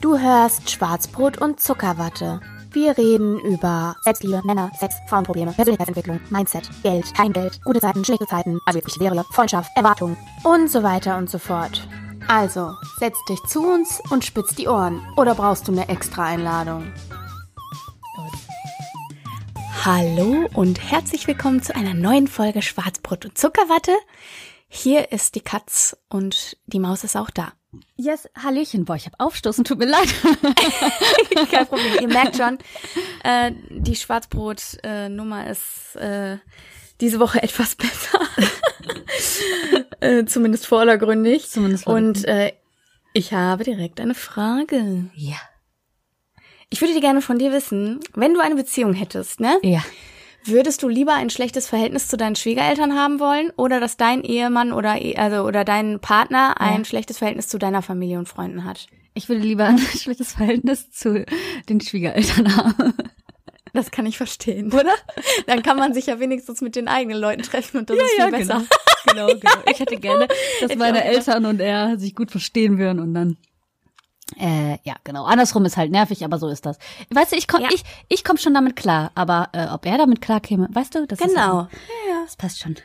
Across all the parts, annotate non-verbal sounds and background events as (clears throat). Du hörst Schwarzbrot und Zuckerwatte. Wir reden über Selbstliebe, Männer, Sex, Frauenprobleme, Persönlichkeitsentwicklung, Mindset, Geld, kein Geld, gute Zeiten, schlechte Zeiten, also ich wäre, Freundschaft, Erwartungen und so weiter und so fort. Also, setz dich zu uns und spitz die Ohren. Oder brauchst du eine extra Einladung? Hallo und herzlich willkommen zu einer neuen Folge Schwarzbrot und Zuckerwatte. Hier ist die Katz und die Maus ist auch da. Yes, Hallöchen. Boah, ich habe aufstoßen, tut mir leid. Kein Problem, ihr merkt schon, äh, die Schwarzbrot-Nummer ist äh, diese Woche etwas besser. äh, zumindest vordergründig. Zumindest Und äh, ich habe direkt eine Frage. Ja. Ich würde die gerne von dir wissen, wenn du eine Beziehung hättest, ne? Ja. Würdest du lieber ein schlechtes Verhältnis zu deinen Schwiegereltern haben wollen oder dass dein Ehemann oder eh- also oder dein Partner ein schlechtes Verhältnis zu deiner Familie und Freunden hat? Ich würde lieber ein (laughs) schlechtes Verhältnis zu den Schwiegereltern haben. Das kann ich verstehen, (laughs) oder? Dann kann man sich ja wenigstens mit den eigenen Leuten treffen und das ist viel besser. (laughs) Genau, genau. Ich hätte gerne, (laughs) dass meine Eltern und er sich gut verstehen würden und dann. Äh, ja, genau. Andersrum ist halt nervig, aber so ist das. Weißt du, ich komme Ja. ich, ich komm schon damit klar, aber äh, ob er damit klar käme, weißt du, das ist Genau. das passt schon.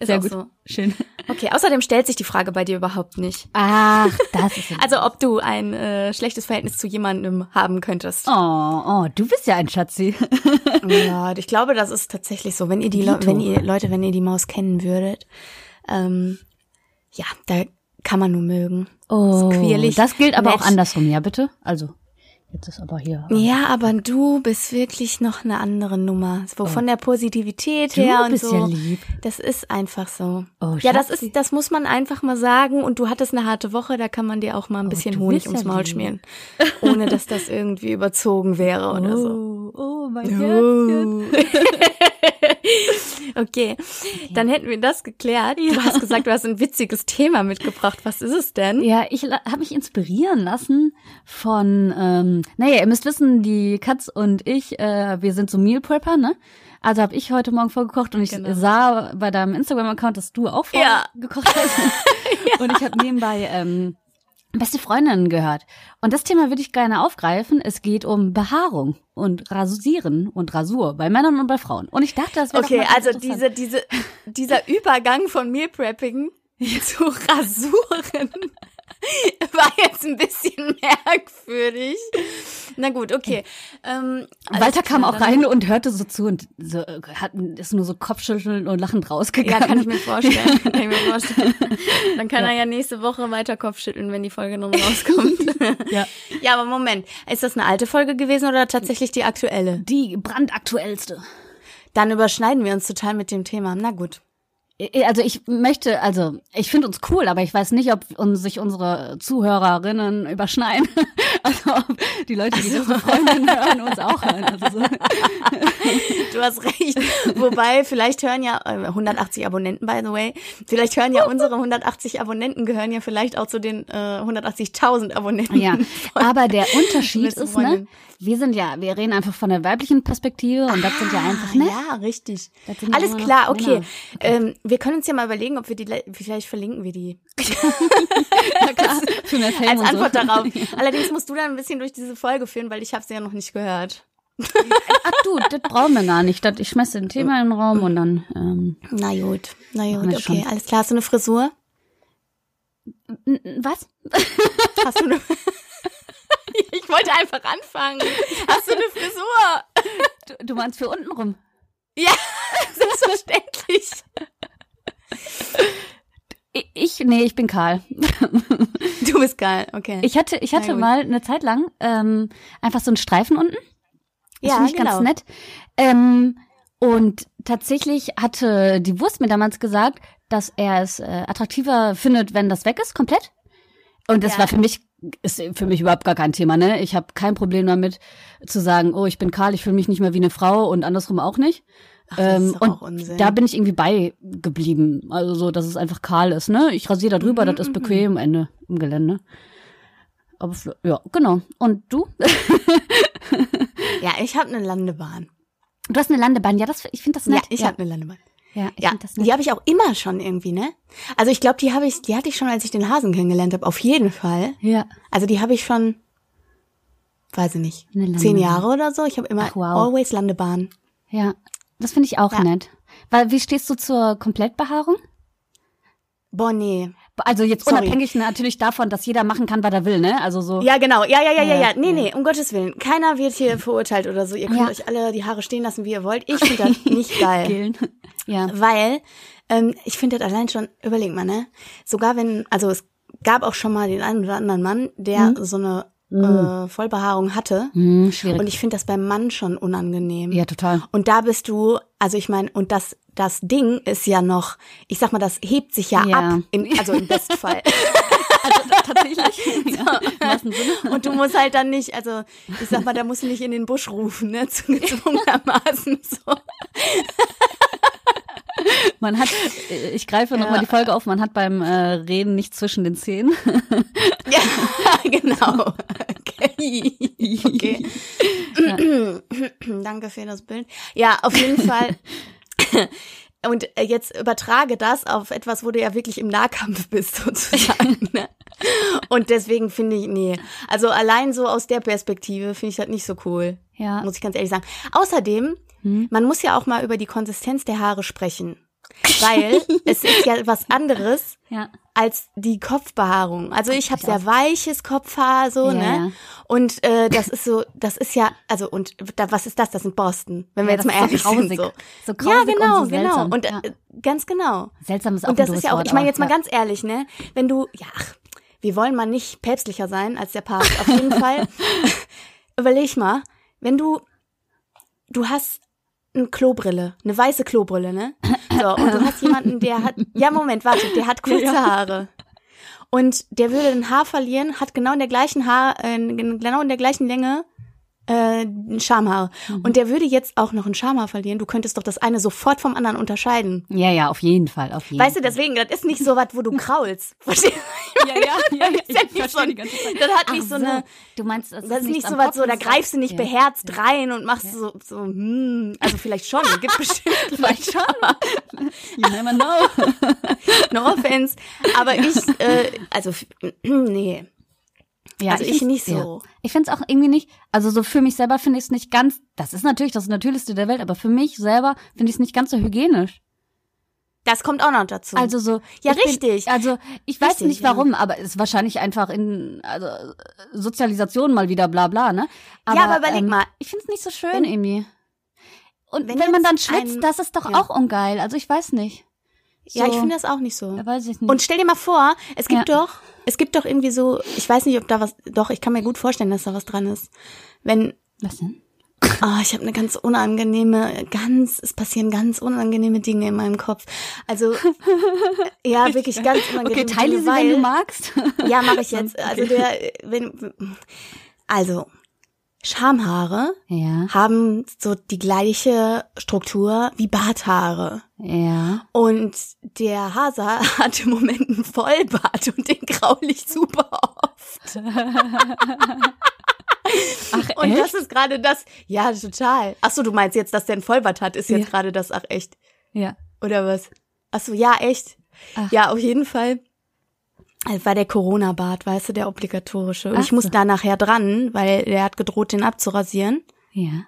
Ist Sehr auch gut. so. Schön. Okay, außerdem stellt sich die Frage bei dir überhaupt nicht. Ach, das ist Also, ob du ein äh, schlechtes Verhältnis zu jemandem haben könntest. Oh, oh, du bist ja ein Schatzi. Ja, Oh ich glaube, das ist tatsächlich so. Wenn ihr die Leu- Dito. wenn ihr Leute, wenn ihr die Maus kennen würdet, ähm, ja, da kann man nur mögen. Oh, Ist quirlig, das gilt aber nett. auch andersrum, ja bitte? Also, jetzt ist aber hier. Ja, aber du bist wirklich noch eine andere Nummer. So von der Positivität Oh. Du her und bist so. ja lieb. Das ist einfach so. Oh, ja, das Schatzi. ist, das muss man einfach mal sagen. Und du hattest eine harte Woche, da kann man dir auch mal ein bisschen Oh, du Honig bist ja ums Maul lieb. (laughs) schmieren, ohne dass das irgendwie überzogen wäre oder so. Oh, mein (laughs) okay, dann hätten wir das geklärt. Du hast gesagt, du hast ein witziges Thema mitgebracht. Was ist es denn? Ja, ich habe mich inspirieren lassen von, ähm, naja, ihr müsst wissen, die Katz und ich, äh, wir sind so Meal Prepper, ne? Also habe ich heute Morgen vorgekocht und ich Genau. sah bei deinem Instagram-Account, dass du auch Ja. vorgekocht (laughs) hast. Und ich habe nebenbei ähm, beste Freundinnen gehört. Und das Thema würde ich gerne aufgreifen. Es geht um Behaarung und Rasieren und Rasur bei Männern und bei Frauen. Und ich dachte, das wäre doch Okay, mal ganz also interessant. diese, diese, (laughs) dieser Übergang von Meal Prepping zu Rasuren (laughs) war jetzt ein bisschen merkwürdig. Na gut, okay. Ähm, alles Walter kam klar, auch dann- rein und hörte so zu und so, äh, hat, ist nur so Kopfschütteln und lachend Ja, rausgegangen. kann (laughs) ich mir vorstellen. Kann ich mir vorstellen. Dann kann er ja nächste Woche weiter Kopf schütteln, wenn die Folge nochmal (laughs) rauskommt. Ja. ja, aber Moment. Ist das eine alte Folge gewesen oder tatsächlich die aktuelle? Die brandaktuellste. Dann überschneiden wir uns total mit dem Thema. Na gut. Äh, Also ich möchte, also ich finde uns cool, aber ich weiß nicht, ob uns, sich unsere Zuhörerinnen überschneiden. (laughs) Also ob die Leute, die unsere Freundinnen hören, uns auch hören. Also so. Du hast recht. Wobei, vielleicht hören ja äh, 180 Abonnenten, by the way. Vielleicht hören ja unsere 180 Abonnenten, gehören ja vielleicht auch zu den äh, 180.000 Abonnenten. (laughs) (laughs) Ja, aber der Unterschied Besten ist, ne, Freundin. wir sind ja, wir reden einfach von der weiblichen Perspektive und das sind ja einfach, Ah, ne? Ja, richtig. Das sind ja Alles immer noch klar, okay. Männer. Ähm, wir können uns ja mal überlegen, ob wir die, le- vielleicht verlinken wir die Für mehr Fame als und so. Antwort darauf. Allerdings musst du dann ein bisschen durch diese Folge führen, weil ich habe sie ja noch nicht gehört. Ach du, das brauchen wir gar nicht. Das, ich schmeiße ein Thema in den Raum und dann. Ähm, Na gut, na gut, Machen wir okay, schon. alles klar. Hast du eine Frisur? n- n- was? Hast du eine... (laughs) ich wollte einfach anfangen. Hast du eine Frisur? Du, du meinst für unten rum. Ja, (laughs) selbstverständlich. I- Ich, nee, ich bin Karl. Du bist geil, okay. Ich hatte, ich hatte Na gut. mal eine Zeit lang ähm, einfach so einen Streifen unten. Das Ja, finde ich genau. ganz nett. Ähm, und tatsächlich hatte die Wurst mir damals gesagt, dass er es äh, attraktiver findet, wenn das weg ist, komplett. Und das Ja. war für mich, ist für mich überhaupt gar kein Thema, ne? Ich habe kein Problem damit zu sagen, oh, ich bin Karl, ich fühle mich nicht mehr wie eine Frau und andersrum auch nicht. das ist Ähm, doch und auch Unsinn. da bin ich irgendwie beigeblieben. Also so, dass es einfach kahl ist, ne? Ich rasiere da drüber, Mhm, das ist bequem, Ende im Gelände. Aber fl- ja, genau. Und du? ja, ich ne habe eine Landebahn. Du hast eine Landebahn. Ja, das, ich finde das nett. Ja, ich hab habe eine Landebahn. Ja, ich Ja, find das nett. die habe ich auch immer schon irgendwie, ne? Also ich glaube, die habe ich, die hatte ich schon, als ich den Hasen kennengelernt habe, auf jeden Fall. Ja. Also die habe ich schon, weiß ich nicht, Eine lange zehn Bahn. Jahre oder so. Ich habe immer Ach, wow. Always Landebahn. Ja, das finde ich auch Ja. nett. Weil, wie stehst du zur Komplettbehaarung? Boah, nee. Also jetzt Sorry. unabhängig natürlich davon, dass jeder machen kann, was er will, ne? Also so. Ja, genau. Ja, ja, ja, ja, Ja, ja. Nee, nee, um Gottes Willen. Keiner wird hier verurteilt oder so. Ihr könnt Ja. euch alle die Haare stehen lassen, wie ihr wollt. Ich finde (laughs) das nicht geil. Gillen. Ja. Weil, ähm, ich finde das allein schon, überleg mal, ne? Sogar wenn, also es gab auch schon mal den einen oder anderen Mann, der so eine äh, Vollbehaarung hatte. Hm, Mhm. schwierig. Und ich finde das beim Mann schon unangenehm. ja, total. (laughs) Und da bist du, also ich meine, und das, das Ding ist ja noch, ich sag mal, das hebt sich ja, Ja. ab, im, also im (laughs) Bestfall. Also tatsächlich. (laughs) (laughs) ja. im wahrsten Sinne. Und du musst halt dann nicht, also ich sag mal, da musst du nicht in den Busch rufen, ne? zu- Gezwungenermaßen so. Man hat, äh, ich greife nochmal die Folge auf, man hat beim äh, Reden nicht zwischen den Zähnen. Ja, (laughs) genau. Okay. okay. Danke für das Bild. Ja, auf jeden Fall. Und äh, jetzt übertrage das auf etwas, wo du ja wirklich im Nahkampf bist, (laughs) sozusagen. ne? Und deswegen finde ich, nee. Also allein so aus der Perspektive finde ich das nicht so cool. Ja. Muss ich ganz ehrlich sagen. Außerdem, (laughs) man muss ja auch mal über die Konsistenz der Haare sprechen. Weil es ist ja was anderes, Ja. als die Kopfbehaarung. Also ich habe sehr weiches Kopfhaar so, Ja, ne? ja. Und äh, das ist so, das ist ja, also und da, was ist das? Das sind Borsten, wenn wir Ja, jetzt das mal ehrlich ist so sind. grausig. So. So ja, grausig und genau, so genau. seltsam. Und äh, Ja. ganz genau. Seltsam ist auch Und das ein ist ja auch, doofes ich meine Wort, jetzt mal aber- ganz ehrlich, ne? Wenn du, ja, ach, wir wollen mal nicht päpstlicher sein als der Papst. Auf (laughs) jeden Fall, überleg mal, wenn du, du hast eine Klobrille, eine weiße Klobrille, ne? So, und du hast jemanden, der hat, ja, Moment, warte, der hat (laughs) kurze Haare. Und der würde ein Haar verlieren, hat genau in der gleichen Haar, äh, genau in der gleichen Länge äh, ein Schamhaar. Mhm. Und der würde jetzt auch noch ein Schamhaar verlieren. Du könntest doch das eine sofort vom anderen unterscheiden. Ja, ja, auf jeden Fall, auf jeden Weißt du, deswegen, das ist nicht so was, wo du kraulst. (laughs) Verstehst du? Ja, ja, ja, ja, (laughs) Das ich ist ja nicht verstehe die so ein- ganze Zeit. Das hat Ach nicht so eine. Du meinst, das, Das ist nicht nichts so am was, so, da Kopf, greifst du nicht ja. beherzt rein und machst so, so, hm, also vielleicht schon, gibt (laughs) bestimmt vielleicht schon, (laughs) You never know. no offense, aber ich, äh, also, f- (clears throat) nee, Ja, Also ich find's- nicht so. Ja. Ich finde es auch irgendwie nicht, also so für mich selber finde ich es nicht ganz, das ist natürlich das Natürlichste der Welt, aber für mich selber finde ich es nicht ganz so hygienisch. das kommt auch noch dazu. Also so. Ja, ich bin- richtig. also ich weiß Richtig, nicht warum, aber es ist wahrscheinlich einfach in also äh, Sozialisation mal wieder bla bla, ne? aber überleg mal. Ich finde es nicht so schön, Emi. Und wenn wenn, man jetzt dann schwitzt, ein- das ist doch ja. auch ungeil. Also ich weiß nicht. ja, ich so. finde das auch nicht so. Da weiß ich nicht. Und stell dir mal vor, es gibt Ja. doch, es gibt doch irgendwie so, ich weiß nicht, ob da was, doch, ich kann mir gut vorstellen, dass da was dran ist. Wenn was denn? Ah, ich habe eine ganz unangenehme, ganz, es passieren ganz unangenehme Dinge in meinem Kopf. (laughs) Also, ja, wirklich ganz unangenehme Okay, teile Dinge, sie, wenn du weil- magst. Ja, mache (laughs) ich jetzt. Also der, wenn, also, Schamhaare ja, haben so die gleiche Struktur wie Barthaare. (laughs) ja. Und der Hase (laughs) hat im Moment einen Vollbart und den graul ich super oft. Ach, Und das ist gerade das, ja, total. Ach so, du meinst jetzt, dass der einen Vollbart hat, ist jetzt Ja. gerade das, ach echt. ja. Oder was? Ach so, ja, echt. Ach. Ja, auf jeden Fall. Es war der Corona-Bart, weißt du, der obligatorische. Und Ach ich muss so. da nachher dran, weil der hat gedroht, den abzurasieren. Ja.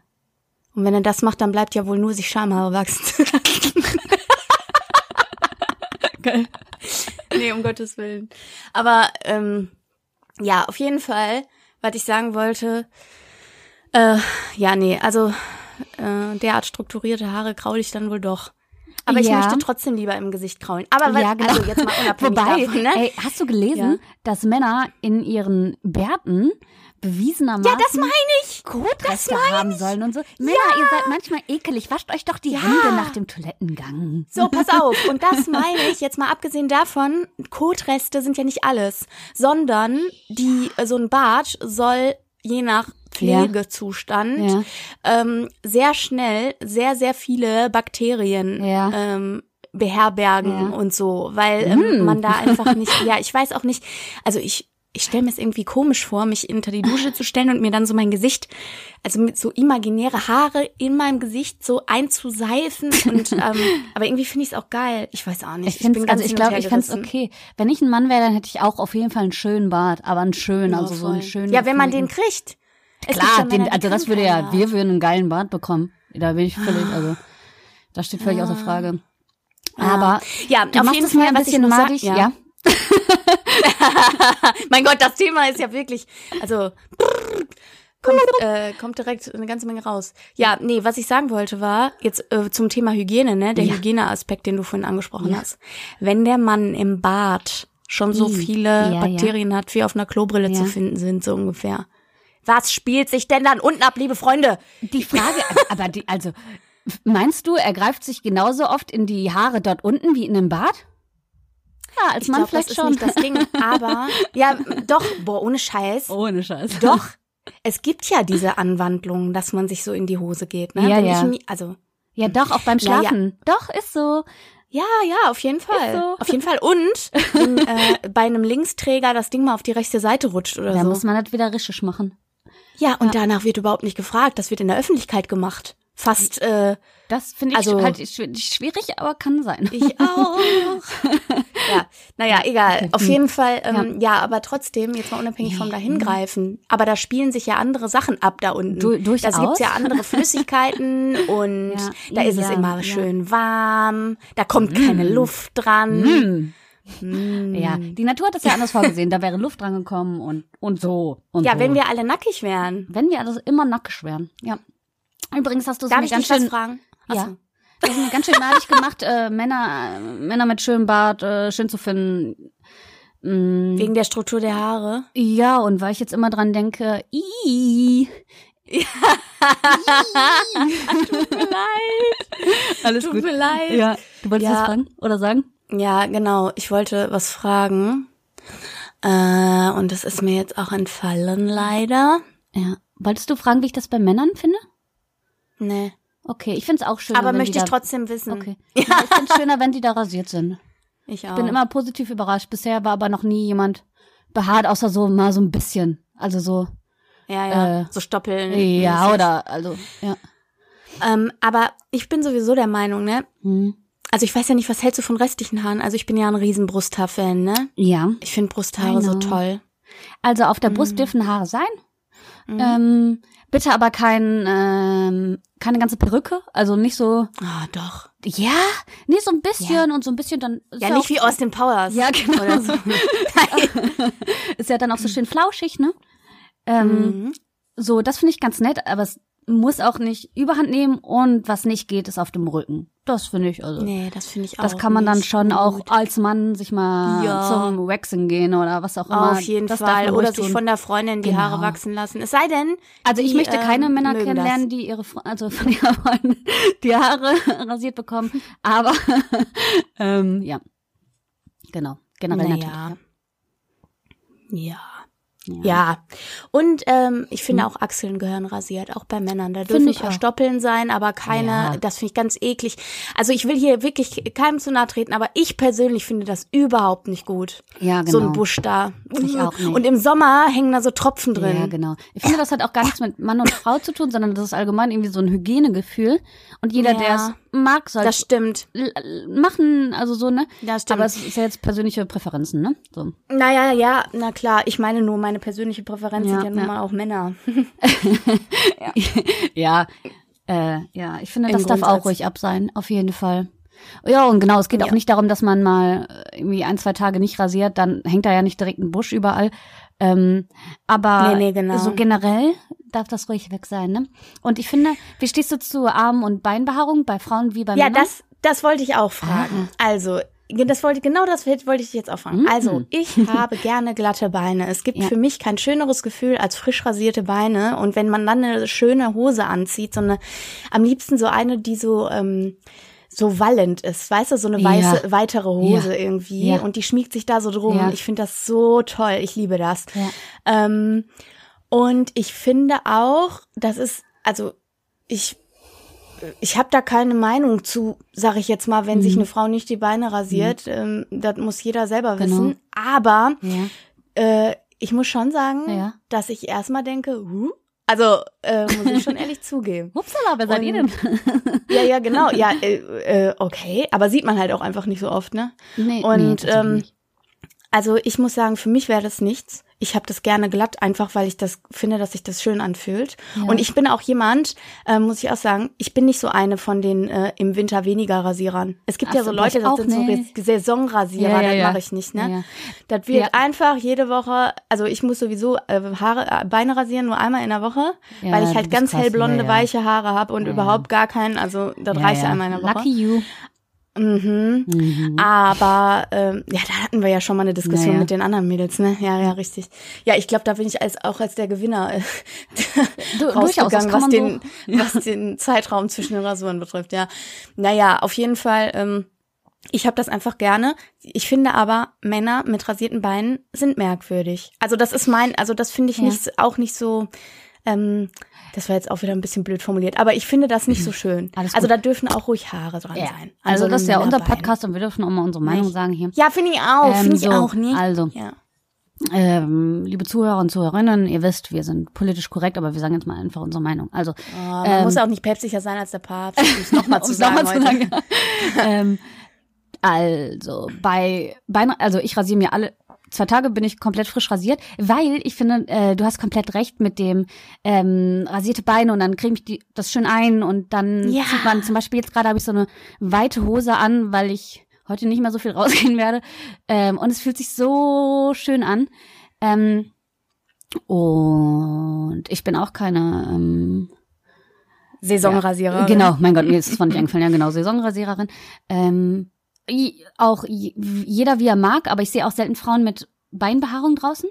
Und wenn er das macht, dann bleibt ja wohl nur sich Schamhaare wachsen. (laughs) Geil. nee, um Gottes Willen. Aber ähm, ja, auf jeden Fall, was ich sagen wollte, äh, ja, nee, also äh, derart strukturierte Haare kraul ich dann wohl doch. Aber ich Ja. möchte trotzdem lieber im Gesicht kraulen. Aber was, Ja, genau. also (laughs) jetzt mal unabhängig Wobei, davon, ne? ey, hast du gelesen, dass Männer in ihren Bärten bewiesenermaßen Ja, das meine ich. Kotreste haben sollen und so. Männer, ihr seid manchmal ekelig. Wascht euch doch die Hände nach dem Toilettengang. So, pass auf. Und das meine ich jetzt mal abgesehen davon, Kotreste sind ja nicht alles, sondern die äh, so ein Bart soll je nach Pflegezustand Ja. ähm, sehr schnell sehr sehr viele Bakterien Ja. ähm, beherbergen Ja. Mm. (laughs) und so, weil ähm, man da einfach nicht. Ja, ich weiß auch nicht. Also ich ich stelle mir es irgendwie komisch vor, mich hinter die Dusche zu stellen und mir dann so mein Gesicht, also mit so imaginäre Haare in meinem Gesicht so einzuseifen. (laughs) Und, ähm, aber irgendwie finde ich es auch geil. Ich weiß auch nicht. Ich find's, bin ganz also ich hin und glaube, ich fände es hergerissen. okay. Wenn ich ein Mann wäre, dann hätte ich auch auf jeden Fall einen schönen Bart, aber einen schönen, also so einen voll. schönen. Ja, wenn man den gepflegten- kriegt. Es gibt ja Klar, Männer, den, die also das können würde keinen ja, Bart. wir würden einen geilen Bart bekommen. Da bin ich völlig, Ah. also das steht völlig außer Frage. Aber Ja, du Ah. auf machst jeden es mir Fall, ein was ich bisschen noch sag- madig, ja. ja. Mein Gott, das Thema ist ja wirklich, also kommt, äh, kommt direkt eine ganze Menge raus. Ja, nee, was ich sagen wollte war, jetzt äh, zum Thema Hygiene, ne? Der Hygieneaspekt, den du vorhin angesprochen hast. Wenn der Mann im Bad schon so Ih, viele ja, Bakterien hat, wie auf einer Klobrille zu Ja. finden sind, so ungefähr. Was spielt sich denn dann unten ab, liebe Freunde? Die Frage, aber die, also, meinst du, er greift sich genauso oft in die Haare dort unten wie in dem Bart? Ja, als Ich Mann glaub, vielleicht das ist schon. (laughs) nicht das Ding, aber ja, doch, boah, ohne Scheiß. Ohne Scheiß. Doch, es gibt ja diese Anwandlungen, dass man sich so in die Hose geht, ne? Ja, Wenn ja. Ich, mi- also, Ja, doch, auch beim Ja, ja. Schlafen. Doch, ist so. ja, ja, auf jeden Fall. Ist so. Auf jeden Fall. Und (laughs) wenn, äh, bei einem Linksträger das Ding mal auf die rechte Seite rutscht oder Da so. muss man das wieder richtig machen. Ja, und danach wird überhaupt nicht gefragt. Das wird in der Öffentlichkeit gemacht. Fast, äh, Das finde ich Also- halt schw- schwierig, aber kann sein. (laughs) ich auch. ja, naja, egal. Auf jeden Fall, ähm, ja. aber trotzdem, jetzt mal unabhängig vom Dahingreifen. Aber da spielen sich ja andere Sachen ab da unten. Du- durchaus. Da gibt's ja andere (laughs) Flüssigkeiten und Ja, da ist es ja, immer ja. Mm. schön warm. Da kommt keine Luft dran. Mm. Hm. Ja, die Natur hat das ja anders vorgesehen. Da wäre Luft drangekommen und, und so. Und Ja, so. wenn wir alle nackig wären. Wenn wir also immer nackig wären. Ja. Übrigens hast du es Darf mir ich ganz dich was schön. fragen? Ja. Achso. Du hast mir ganz schön madig gemacht, äh, Männer, äh, Männer mit schönem Bart äh, schön zu finden. Mm, Wegen der Struktur der Haare. ja, und weil ich jetzt immer dran denke, ii, Alles Tut mir leid. Ja. du wolltest Ja. was fragen oder sagen? genau. Ich wollte was fragen. Äh, und das ist mir jetzt auch entfallen, leider. Ja. Wolltest du fragen, wie ich das bei Männern finde? Nee. Okay, ich finde es auch schön. Aber wenn möchte die ich da, trotzdem wissen. Okay. Ja. Ich finde es schöner, wenn die da rasiert sind. Ich auch. Ich bin immer positiv überrascht. Bisher war aber noch nie jemand behaart, außer so mal so ein bisschen. Also so, ja, ja. äh, so stoppeln. ja, oder, also, ja. Ähm, aber ich bin sowieso der Meinung, ne? Hm. Also ich weiß ja nicht, was hältst du von restlichen Haaren? Also ich bin ja ein riesen Brusthaar-Fan, ne? Ja. Ich finde Brusthaare I so know. toll. Also auf der Mhm. Brust dürfen Haare sein. Ähm, bitte aber kein, ähm, keine ganze Perücke. Also nicht so, Ah, doch. ja, nee, so ein bisschen und so ein bisschen dann. ist Ja, nicht auch, wie Austin Powers. (laughs) Ja, genau. Oder (laughs) so. (laughs) Ist ja dann auch so schön flauschig, ne? Mhm. Ähm, So, das finde ich ganz nett, aber es muss auch nicht überhand nehmen und was nicht geht, ist auf dem Rücken. Das finde ich also. Nee, das finde ich auch. Das kann man dann nicht schon gut. auch als Mann sich mal Ja. zum Waxen gehen oder was auch immer. Auf jeden das darf Fall. man Oder ruhig sich tun. von der Freundin die Genau. Haare wachsen lassen. Es sei denn, Also ich die, möchte keine ähm, Männer mögen kennenlernen, die ihre Fre also von ihrer (laughs) Freundin die Haare rasiert bekommen. Aber (laughs) ähm, ja, genau, Das. generell natürlich. Naja. Ja. ja. Und ähm, ich finde auch Achseln gehören rasiert, auch bei Männern. Da dürfen ich ein paar auch. Stoppeln sein, aber keine, Ja. das finde ich ganz eklig. Also ich will hier wirklich keinem zu nahe treten, aber ich persönlich finde das überhaupt nicht gut. Ja, So genau. ein Busch da. Ich auch nicht. Und im Sommer hängen da so Tropfen drin. Ja, genau. Ich finde, das hat auch gar nichts mit Mann und Frau zu tun, sondern das ist allgemein irgendwie so ein Hygienegefühl. Und jeder, Ja. der es mag, soll Das es stimmt. l- l- machen. Also so, ne? Das stimmt. Aber es ist ja jetzt persönliche Präferenzen, ne? So. Naja, ja, na klar. Ich meine nur, meine persönliche Präferenz Ja, sind ja nun ja. mal auch Männer. (laughs) ja, äh, ja, ich finde, Im das darf Grundsatz. auch ruhig ab sein, auf jeden Fall. Ja, und genau, es geht auch nicht darum, dass man mal äh, irgendwie ein, zwei Tage nicht rasiert, dann hängt da ja nicht direkt ein Busch überall. Ähm, aber Nee, nee, genau. so generell darf das ruhig weg sein, ne? Und ich finde, wie stehst du zu Arm- und Beinbehaarung bei Frauen wie bei Ja, Männern? das, das wollte ich auch fragen. Ah. Also, ge- das wollte, genau das wollte ich jetzt auch fragen. Also, (laughs) ich habe gerne glatte Beine. Es gibt Mhm. Ja. für mich kein schöneres Gefühl als frisch rasierte Beine. Und wenn man dann eine schöne Hose anzieht, so eine, am liebsten so eine, die so, ähm, so wallend ist, weißt du, so eine Ja. weiße, weitere Hose Ja. irgendwie. Ja. Und die schmiegt sich da so drum. Ja. Ich finde das so toll. Ich liebe das. Ja. Ähm, und ich finde auch, das ist, also ich, ich habe da keine Meinung zu, sage ich jetzt mal, wenn sich eine Frau nicht die Beine rasiert. Ähm, das muss jeder selber Genau. wissen. Aber Ja. äh, Ich muss schon sagen, Ja. dass ich erstmal denke, huh? also äh, muss ich schon ehrlich zugeben. Upsala, wer seid ihr denn? Ja, ja, genau. Ja, äh, äh, okay. Aber sieht man halt auch einfach nicht so oft, ne? Nee, Und tatsächlich ähm, nicht. also ich muss sagen, für mich wäre das nichts. Ich habe das gerne glatt, einfach weil ich das finde, dass sich das schön anfühlt. Und ich bin auch jemand, äh, muss ich auch sagen, ich bin nicht so eine von den äh, im Winter weniger Rasierern. Es gibt Ach ja so so, Leute, ich das auch sind nicht. so Res- Saisonrasierer, Ja, ja, das ja. mache ich nicht, Ja, ne? ja. Das wird Ja. einfach jede Woche, also ich muss sowieso äh, Haare, äh, Beine rasieren, nur einmal in der Woche, Ja, weil ich du halt bist ganz krass, hellblonde, ja, ja. weiche Haare habe und überhaupt gar keinen, also das reicht ja einmal in der Woche. Lucky you. Mhm. Aber ähm, ja, da hatten wir ja schon mal eine Diskussion Naja. mit den anderen Mädels, ne? Ja, ja, richtig. Ja, ich glaube, da bin ich als auch als der Gewinner äh, Du- durchaus, das rausgegangen, kann was man den, was den Zeitraum zwischen den Rasuren betrifft. Ja, naja, auf jeden Fall. Ähm, ich habe das einfach gerne. Ich finde aber Männer mit rasierten Beinen sind merkwürdig. Also das ist mein, also das finde ich Ja. nicht auch nicht so. Ähm, das war jetzt auch wieder ein bisschen blöd formuliert, aber ich finde das nicht so schön. Mhm. Alles also gut. da dürfen auch ruhig Haare dran Ja. sein. an Also so das ist ja einem unser Männerbein. Podcast und wir dürfen auch mal unsere Meinung sagen hier. Ja, finde ich auch. Ähm, finde ich so, auch nicht. also. Ja. Ähm, liebe Zuhörer und Zuhörerinnen, ihr wisst, wir sind politisch korrekt, aber wir sagen jetzt mal einfach unsere Meinung. Also man ähm, muss auch nicht päpstlicher sein als der Papst, um (laughs) es nochmal zu um's sagen. nochmal zu heute. sagen. (laughs) ähm, also bei, bei also ich rasiere mir alle zwei Tage bin ich komplett frisch rasiert, weil ich finde, äh, du hast komplett recht mit dem ähm, rasierte Beine und dann creme ich die, das schön ein und dann Ja. zieht man zum Beispiel jetzt gerade habe ich so eine weite Hose an, weil ich heute nicht mehr so viel (laughs) rausgehen werde ähm, und es fühlt sich so schön an. Ähm, und ich bin auch keine ähm, Saisonrasierer. Genau, mein Gott, mir ist das von nicht eingefallen. Ja, genau, Saisonrasiererin. Ähm, i- auch j- jeder, wie er mag, aber ich sehe auch selten Frauen mit Beinbehaarung draußen.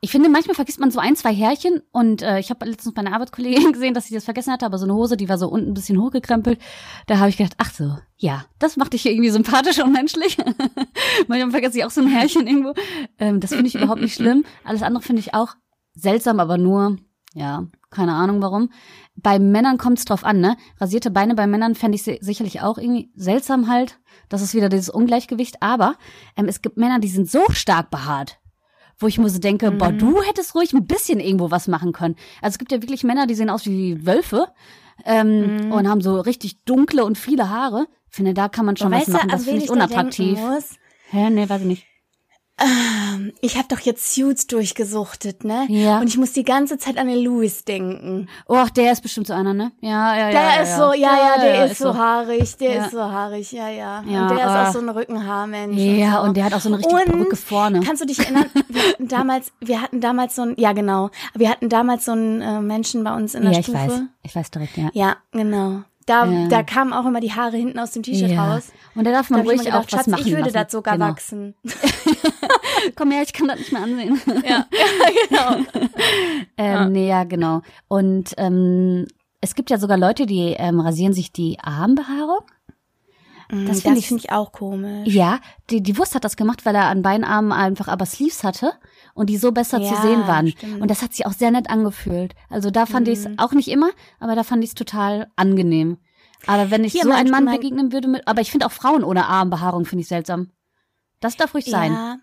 Ich finde, manchmal vergisst man so ein, zwei Härchen und äh, ich habe letztens bei einer Arbeitskollegin (laughs) gesehen, dass sie das vergessen hatte, aber so eine Hose, die war so unten ein bisschen hochgekrempelt. Da habe ich gedacht, ach so, ja, das macht dich irgendwie sympathisch und menschlich. (laughs) manchmal vergesse ich auch so ein Härchen irgendwo. Ähm, das finde ich überhaupt nicht schlimm. Alles andere finde ich auch seltsam, aber nur, ja, keine Ahnung warum. Bei Männern kommt es drauf an, ne? Rasierte Beine bei Männern fände ich si- sicherlich auch irgendwie seltsam halt. Das ist wieder dieses Ungleichgewicht. Aber ähm, es gibt Männer, die sind so stark behaart, wo ich mir so denke, boah, Mhm. du hättest ruhig ein bisschen irgendwo was machen können. Also es gibt ja wirklich Männer, die sehen aus wie Wölfe ähm, Mhm. und haben so richtig dunkle und viele Haare. Ich finde, da kann man schon was Weißt du, machen. an Das wen finde ich da denken unattraktiv. muss? Hä? Nee, weiß ich nicht. Ich habe doch jetzt Suits durchgesuchtet, ne? Ja. Und ich muss die ganze Zeit an den Louis denken. Oh, der ist bestimmt so einer, ne? Ja, ja, ja. Der ja, ist so, ja, ja, der ist, so haarig, der Ja. ist so haarig, ja, ja. Ja, und der ist ach. auch so ein Rückenhaarmensch. Ja, so. und der hat auch so eine richtige Und Perücke vorne. Kannst du dich erinnern, wir hatten damals, wir hatten damals so ein, ja genau, wir hatten damals so einen äh, Menschen bei uns in der Ja, ich Stufe. weiß. Ich weiß direkt, ja. Ja, genau. Da, Ja. da kamen auch immer die Haare hinten aus dem T-Shirt raus. Und da darf Da man hab ich ruhig immer gedacht, auch was Schatz, machen ich würde lassen. das sogar genau. wachsen. Komm her, ich kann das nicht (laughs) mehr ansehen. Ja, (laughs) genau. ähm, Nee, ja, genau. Und ähm, es gibt ja sogar Leute, die ähm, rasieren sich die Armbehaarung. Mm, Das find finde ich, find ich auch komisch. Ja, die, die Wurst hat das gemacht, weil er an beiden Armen einfach aber Sleeves hatte und die so besser zu Ja, sehen waren. stimmt. Mhm. Und das hat sich auch sehr nett angefühlt. Also da fand ich es auch nicht immer, aber da fand ich es total angenehm. Aber wenn ich Hier, so mein- einem Mann mein- begegnen würde mit, aber ich finde auch Frauen ohne Armbehaarung finde ich seltsam. Das darf ruhig sein. Ja.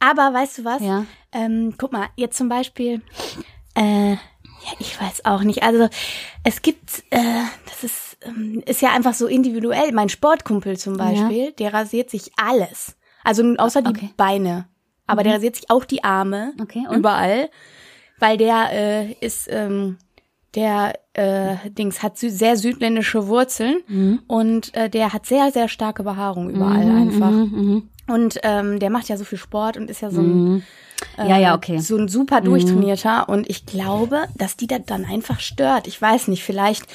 Aber weißt du was? Ja. Ähm, guck mal, jetzt zum Beispiel, äh, ja, ich weiß auch nicht. Also es gibt, äh, das ist, ähm, ist ja einfach so individuell. Mein Sportkumpel zum Beispiel, der rasiert sich alles. Also außer die Okay. Mhm. Beine. Aber der rasiert sich auch die Arme. Okay, und? Überall. Weil der äh, ist, ähm, der äh, Dings hat sü sehr südländische Wurzeln und äh, der hat sehr, sehr starke Behaarung überall einfach. Mhm. Mhm, Und ähm, der macht ja so viel Sport und ist ja so ein, mhm. Ja, ja, okay. äh, Ähm, Mhm. so ein super durchtrainierter. Und ich glaube, dass die das dann einfach stört. Ich weiß nicht, vielleicht,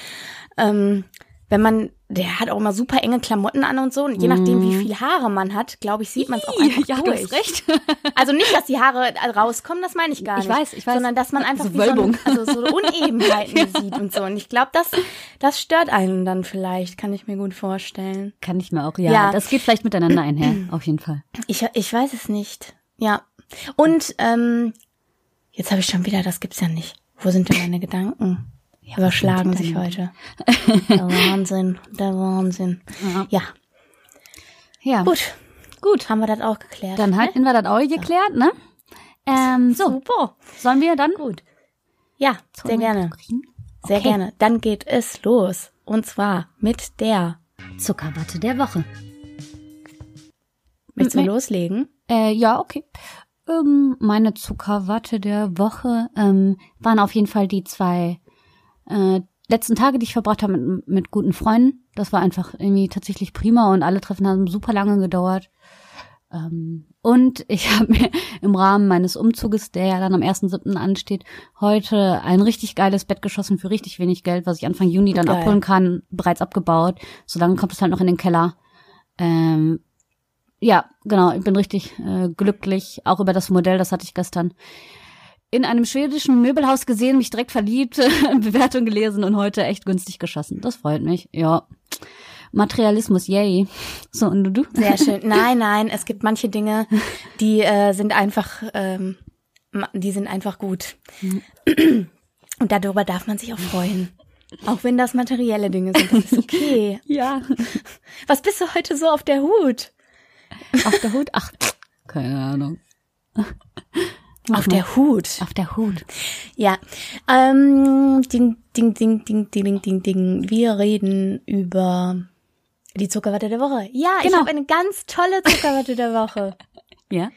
ähm, wenn man, der hat auch immer super enge Klamotten an und so. Und je nachdem, wie viel Haare man hat, glaube ich, sieht man es auch einfach (laughs) Mhm. ja, du durch. hast recht. (laughs) Also nicht, dass die Haare rauskommen, das meine ich gar Ich nicht. weiß, ich weiß. Sondern, dass man einfach So wie so, Wölbung. ein, also (laughs) so Unebenheiten sieht und so. Und ich glaube, das, das stört einen dann vielleicht, kann ich mir gut vorstellen. Kann ich mir auch, ja. Ja. Das geht vielleicht (clears throat) miteinander einher, auf jeden Fall. Ich, ich weiß es nicht. Ja. Und ähm, jetzt habe ich schon wieder, das gibt's ja nicht. Wo sind denn meine (laughs) Gedanken? Überschlagen sich heute. Der Wahnsinn, der Wahnsinn. Ja. Ja, Ja. gut. Gut. Haben wir das auch geklärt. ne? Dann halten wir das auch geklärt, ne? Ähm, halt- so. Super. Sollen wir dann? Gut. Ja, sehr gerne. Sehr Okay. gerne. Dann geht es los. Und zwar mit der. Zuckerwatte der Woche. Möchtest du Nee. loslegen? Äh, ja, okay. Ähm, meine Zuckerwatte der Woche ähm, waren auf jeden Fall die zwei äh, letzten Tage, die ich verbracht habe mit, mit guten Freunden. Das war einfach irgendwie tatsächlich prima und alle Treffen haben super lange gedauert. Ähm, und ich (laughs) habe mir im Rahmen meines Umzuges, der ja dann am 1.7. ansteht, heute ein richtig geiles Bett geschossen für richtig wenig Geld, was ich Anfang Juni dann Geil. abholen kann, bereits abgebaut. Solange kommt es halt noch in den Keller. Ähm, ja, genau. Ich bin richtig äh, glücklich, auch über das Modell, das hatte ich gestern in einem schwedischen Möbelhaus gesehen, mich direkt verliebt, (laughs) Bewertung gelesen und heute echt günstig geschossen. Das freut mich. Ja. Materialismus, yay. So, und du? Sehr schön. Nein, nein, es gibt manche Dinge, die äh, sind einfach, ähm, ma- die sind einfach gut. Und darüber darf man sich auch freuen. Auch wenn das materielle Dinge sind, das ist okay. Ja. Was bist du heute so auf der Hut? Auf der Hut? Ach, keine Ahnung. Auf der Hut. Auf der Hut. Ja. Ähm, ding, ding, ding, ding, ding, ding, ding, ding. Wir reden über die Zuckerwatte der Woche. Ja, ich Genau. habe eine ganz tolle Zuckerwatte der Woche. Ja?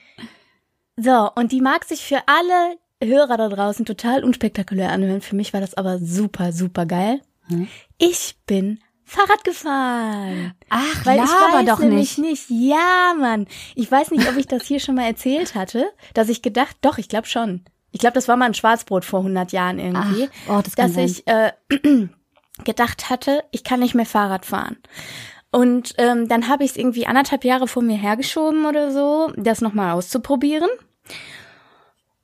So, und die mag sich für alle Hörer da draußen total unspektakulär anhören. Für mich war das aber super, super geil. Hm. Ich bin Fahrrad gefahren. Ach, Weil ich laber weiß doch nämlich nicht. nicht. Ja, Mann. Ich weiß nicht, ob ich das hier schon mal erzählt hatte, dass ich gedacht, doch, ich glaube schon. Ich glaube, das war mal ein Schwarzbrot vor 100 Jahren Ach, irgendwie oh, das dass kann sein. ich äh, (clears throat) gedacht hatte, ich kann nicht mehr Fahrrad fahren. Und ähm, dann habe ich es irgendwie anderthalb Jahre vor mir hergeschoben oder so, das nochmal auszuprobieren.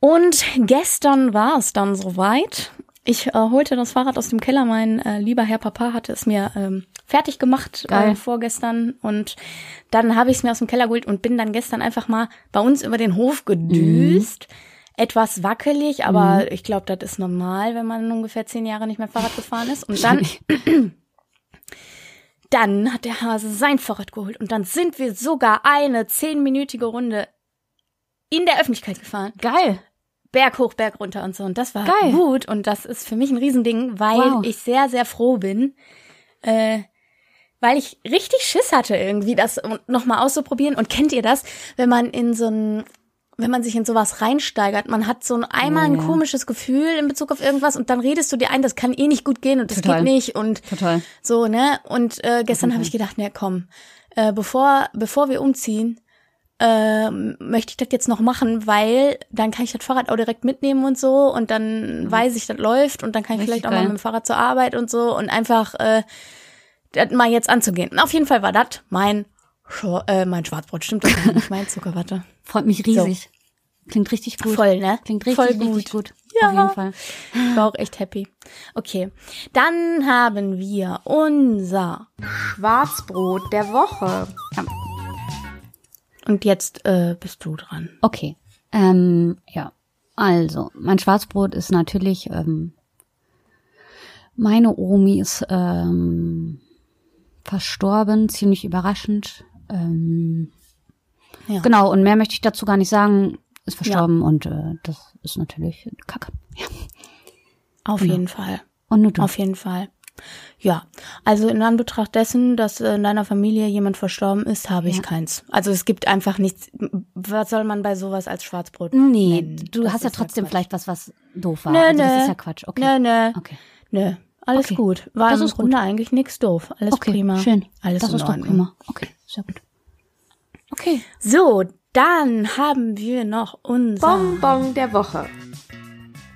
Und gestern war es dann soweit. Ich äh, holte das Fahrrad aus dem Keller. Mein äh, lieber Herr Papa hatte es mir ähm, fertig gemacht Geil. äh, vorgestern. Und dann habe ich es mir aus dem Keller geholt und bin dann gestern einfach mal bei uns über den Hof gedüst. Etwas wackelig, aber ich glaube, das ist normal, wenn man ungefähr zehn Jahre nicht mehr Fahrrad gefahren ist. Und dann dann hat der Hase sein Fahrrad geholt und dann sind wir sogar eine zehnminütige Runde in der Öffentlichkeit gefahren. Geil. Berg hoch, Berg runter und so. Und das war Geil. gut und das ist für mich ein Riesending, weil Wow. ich sehr, sehr froh bin, äh, weil ich richtig Schiss hatte irgendwie, das nochmal auszuprobieren. Und kennt ihr das, wenn man in so ein wenn man sich in sowas reinsteigert, man hat so ein einmal ein Ja. komisches Gefühl in Bezug auf irgendwas und dann redest du dir ein, das kann eh nicht gut gehen und das Total. geht nicht und Total. so, ne? Und äh, gestern Mhm. habe ich gedacht, ne, komm, äh, bevor, bevor wir umziehen, äh, möchte ich das jetzt noch machen, weil dann kann ich das Fahrrad auch direkt mitnehmen und so und dann weiß ich, das läuft und dann kann ich Mhm. Richtig vielleicht auch mal geil. mit dem Fahrrad zur Arbeit und so und einfach äh, das mal jetzt anzugehen. Auf jeden Fall war das mein, Scho- äh, mein Schwarzbrot, stimmt das gar nicht, mein (laughs) Zuckerwatte. Freut mich riesig. Klingt richtig gut. Voll, ne? Klingt richtig, Voll richtig gut. Ja. Auf jeden Fall. Ich war auch echt happy. Okay, dann haben wir unser Schwarzbrot der Woche. und jetzt äh, bist du dran. Okay. Ähm, ja. Also, mein Schwarzbrot ist natürlich, ähm, meine Omi ist ähm, verstorben, ziemlich überraschend. Ähm, Ja. Genau, und mehr möchte ich dazu gar nicht sagen. Ist verstorben und äh, das ist natürlich Kacke. Ja. Auf Genau. jeden Fall. Und nur du. Auf jeden Fall. Ja, also in Anbetracht dessen, dass äh, in deiner Familie jemand verstorben ist, habe ich keins. Also es gibt einfach nichts. M- Was soll man bei sowas als Schwarzbrot? nee, nennen? du Das hast ja ist halt trotzdem Quatsch. vielleicht was, was doof war. Nö, also, nö. Das ist ja Quatsch. Nö, Okay. nö, Okay. nö. Alles Okay. gut. War Das im ist gut. Grunde eigentlich nichts doof. Alles okay, prima. schön. Alles das in ist doch Ordnung. prima. Okay, sehr gut. Okay. So, dann haben wir noch unser. Bonbon der Woche.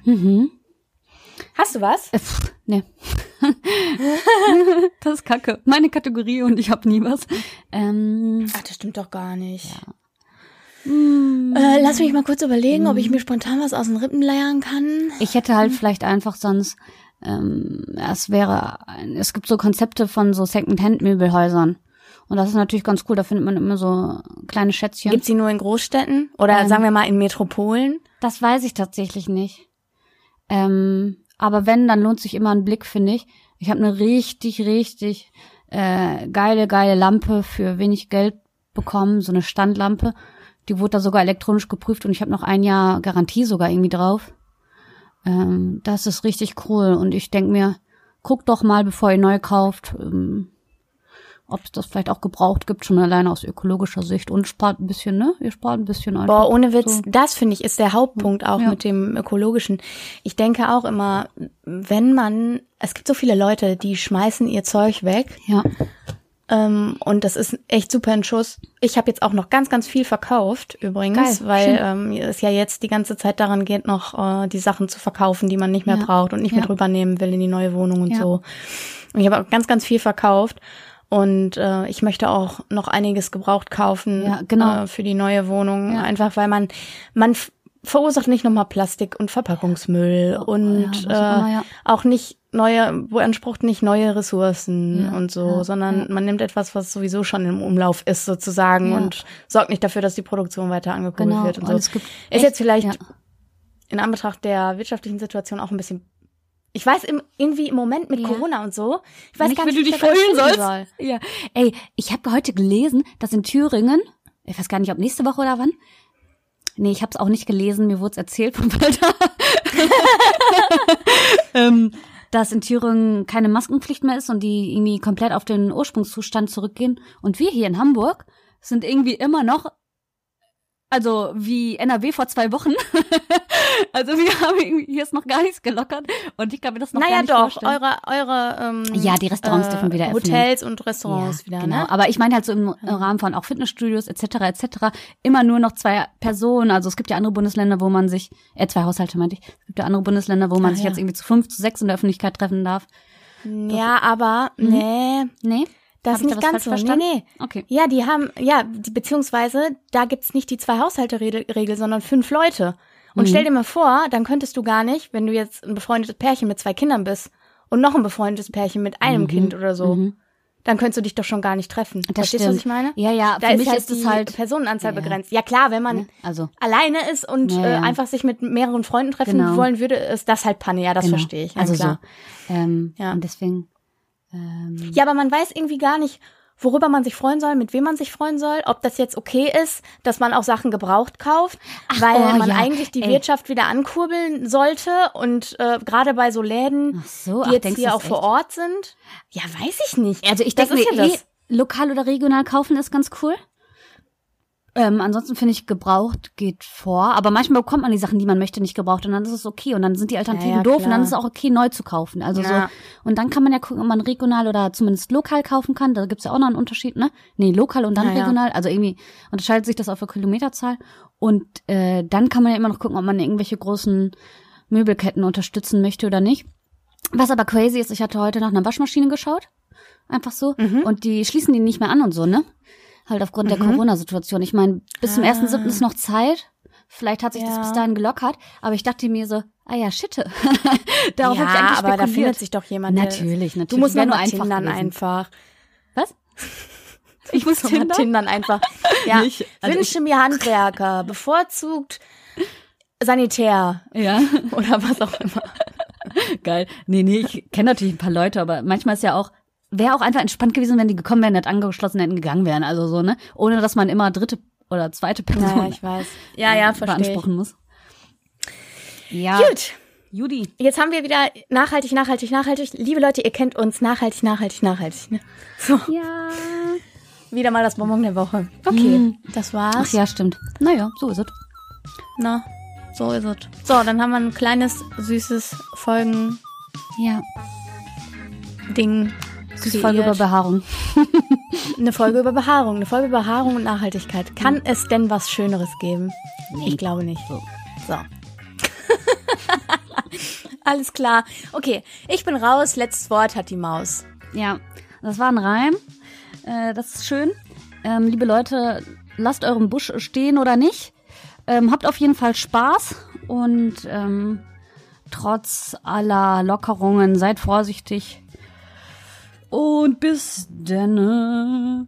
Mhm. Hast du was? Äh, Pff, nee. (laughs) das ist kacke. Meine Kategorie und ich habe nie was. Ähm, Ach, das stimmt doch gar nicht. Äh, lass mich mal kurz überlegen, ob ich mir spontan was aus den Rippen leiern kann. ich hätte halt vielleicht einfach sonst, ähm, es wäre, ein- es gibt so Konzepte von so Second-Hand-Möbelhäusern. Und das ist natürlich ganz cool, da findet man immer so kleine Schätzchen. Gibt's die nur in Großstädten? Oder Ähm. sagen wir mal in Metropolen? Das weiß ich tatsächlich nicht. Ähm, aber wenn, dann lohnt sich immer ein Blick, finde ich. Ich habe eine richtig, richtig äh, geile, geile Lampe für wenig Geld bekommen, so eine Standlampe. Die wurde da sogar elektronisch geprüft und ich habe noch ein Jahr Garantie sogar irgendwie drauf. Ähm, das ist richtig cool und ich denk mir, guckt doch mal, bevor ihr neu kauft, ähm, ob es das vielleicht auch gebraucht gibt, schon alleine aus ökologischer Sicht und spart ein bisschen, ne? Ihr spart ein bisschen einfach. Boah, ohne Witz, So. das finde ich ist der Hauptpunkt auch Ja. mit dem ökologischen. Ich denke auch immer, wenn man, es gibt so viele Leute, die schmeißen ihr Zeug weg Ja. ähm, und das ist echt super ein Schuss. Ich habe jetzt auch noch ganz, ganz viel verkauft übrigens, Geil, weil ähm, es ja jetzt die ganze Zeit daran geht, noch äh, die Sachen zu verkaufen, die man nicht mehr Ja. braucht und nicht Ja. mit rübernehmen will in die neue Wohnung und Ja. so. Und ich habe auch ganz, ganz viel verkauft. Und äh, ich möchte auch noch einiges gebraucht kaufen Ja, genau. äh, für die neue Wohnung. Ja. Einfach weil man, man f- verursacht nicht nochmal Plastik und Oh, Verpackungsmüll und was auch immer, äh, ja. auch nicht neue, beansprucht nicht neue Ressourcen Ja, und so, ja, sondern man nimmt etwas, was sowieso schon im Umlauf ist sozusagen Ja. und sorgt nicht dafür, dass die Produktion weiter angekurbelt Genau. wird und, Und so. es gibt ist jetzt vielleicht ja. in Anbetracht der wirtschaftlichen Situation auch ein bisschen ich weiß im, irgendwie im Moment mit Ja. Corona und so. Ich weiß Nicht, gar wie nicht, du wie ich dich das verhüllen erzählen sollst. Ja. Ey, ich habe heute gelesen, dass in Thüringen, ich weiß gar nicht, ob nächste Woche oder wann. Nee, ich habe es auch nicht gelesen, mir wurde es erzählt von Walter. (laughs) ähm, dass in Thüringen keine Maskenpflicht mehr ist und die irgendwie komplett auf den Ursprungszustand zurückgehen. Und wir hier in Hamburg sind irgendwie immer noch, also wie NRW vor zwei Wochen. (laughs) also wir haben irgendwie, hier ist noch gar nichts gelockert und ich kann mir das noch gar Naja, nicht doch, vorstellen. eure, eure ähm, äh, Ja, die Restaurants dürfen wieder öffnen. Hotels und Restaurants wieder, genau. ne? Aber ich meine halt so im Rahmen von auch Fitnessstudios etc. etc. immer nur noch zwei Personen. Also es gibt ja andere Bundesländer, wo man sich, äh, zwei Haushalte meinte ich, es gibt ja andere Bundesländer, wo man Ah, sich ja. jetzt irgendwie zu fünf, zu sechs in der Öffentlichkeit treffen darf. genau. Ja, aber Mhm. nee, Nee? das Hab ist ich nicht da was ganz falsch so. verstanden? Nee, nee. Okay. Ja, die haben, ja, die, beziehungsweise da gibt's nicht die Zwei-Haushalte-Regel, sondern fünf Leute. Und Mhm. stell dir mal vor, dann könntest du gar nicht, wenn du jetzt ein befreundetes Pärchen mit zwei Kindern bist und noch ein befreundetes Pärchen mit einem Kind oder so, dann könntest du dich doch schon gar nicht treffen. Mhm. Das Verstehst du, stimmt. was ich meine? Ja, ja, Da für ist mich halt ist es die halt- Personenanzahl Ja, ja. begrenzt. Ja, klar, wenn man Ne? Also. alleine ist und Ja, äh, ja. einfach sich mit mehreren Freunden treffen Genau. wollen würde, ist das halt Panne. Ja, das genau. verstehe ich. Ja, also klar. so. Ähm, Ja. Und deswegen. Ähm, Ja, aber man weiß irgendwie gar nicht, worüber man sich freuen soll, mit wem man sich freuen soll, ob das jetzt okay ist, dass man auch Sachen gebraucht kauft, weil oh, man ja. eigentlich die Ey. Wirtschaft wieder ankurbeln sollte und äh, gerade bei so Läden, Ach so, die ach, jetzt denkst du hier das auch vor echt? Ort sind. Ja, weiß ich nicht. also ich Das denke mir, ist ja das. eh, lokal oder regional kaufen ist ganz cool. Ähm, ansonsten finde ich, gebraucht geht vor. Aber manchmal bekommt man die Sachen, die man möchte, nicht gebraucht. Und dann ist es okay. Und dann sind die Alternativen Ja, ja, doof. Und klar. dann ist es auch okay, neu zu kaufen. Also Ja. so. Und dann kann man ja gucken, ob man regional oder zumindest lokal kaufen kann. Da gibt's ja auch noch einen Unterschied, ne? Nee, lokal und dann Ja, ja. regional. Also irgendwie unterscheidet sich das auf der Kilometerzahl. Und äh, dann kann man ja immer noch gucken, ob man irgendwelche großen Möbelketten unterstützen möchte oder nicht. Was aber crazy ist, ich hatte heute nach einer Waschmaschine geschaut. Einfach so. Und die schließen die nicht mehr an und so, ne? Halt aufgrund der Corona-Situation. Ich meine, bis zum 1.7. ist noch Zeit. Vielleicht hat sich das Ja. bis dahin gelockert. Aber ich dachte mir so, ah ja, shitte. (laughs) Darauf ja, hab ich eigentlich aber da spekuliert. findet sich doch jemand. der- Natürlich, natürlich. Du musst Wär mal nur nur einfach Tindern gewesen. einfach. Was? Ich muss Muss mal Tinder? (laughs) Tindern (laughs) einfach. Ja. Nicht. Also Wünsche mir (laughs) Handwerker, bevorzugt Sanitär Ja, (laughs) oder was auch immer. geil. Nee, nee, ich kenne natürlich ein paar Leute, aber manchmal ist ja auch, wäre auch einfach entspannt gewesen, wenn die gekommen wären, nicht angeschlossen hätten, gegangen wären. Also so, ne? Ohne, dass man immer dritte oder zweite Person Naja, ich weiß. Ja, ja, verstehe. ich. Äh, beanspruchen muss. Ja. Gut. Judy. Jetzt haben wir wieder nachhaltig, nachhaltig, nachhaltig. Liebe Leute, ihr kennt uns nachhaltig, nachhaltig, nachhaltig. Ne? So, Ja. wieder mal das Bonbon der Woche. Okay, das Mhm. Ach war's. ja, stimmt. Naja, so ist es. Na, so ist es. So, dann haben wir ein kleines, süßes Folgen-Ding. Ja. Süße kreiert. Folge über Behaarung. Eine Folge über Behaarung. Eine Folge über Behaarung und Nachhaltigkeit. Kann es denn was Schöneres geben? Ich glaube nicht. Mhm. So. So. (laughs) Alles klar. Okay, ich bin raus. Letztes Wort hat die Maus. Ja, das war ein Reim. Äh, das ist schön. Ähm, liebe Leute, lasst euren Busch stehen oder nicht. Ähm, habt auf jeden Fall Spaß und ähm, trotz aller Lockerungen seid vorsichtig. Und bis denne.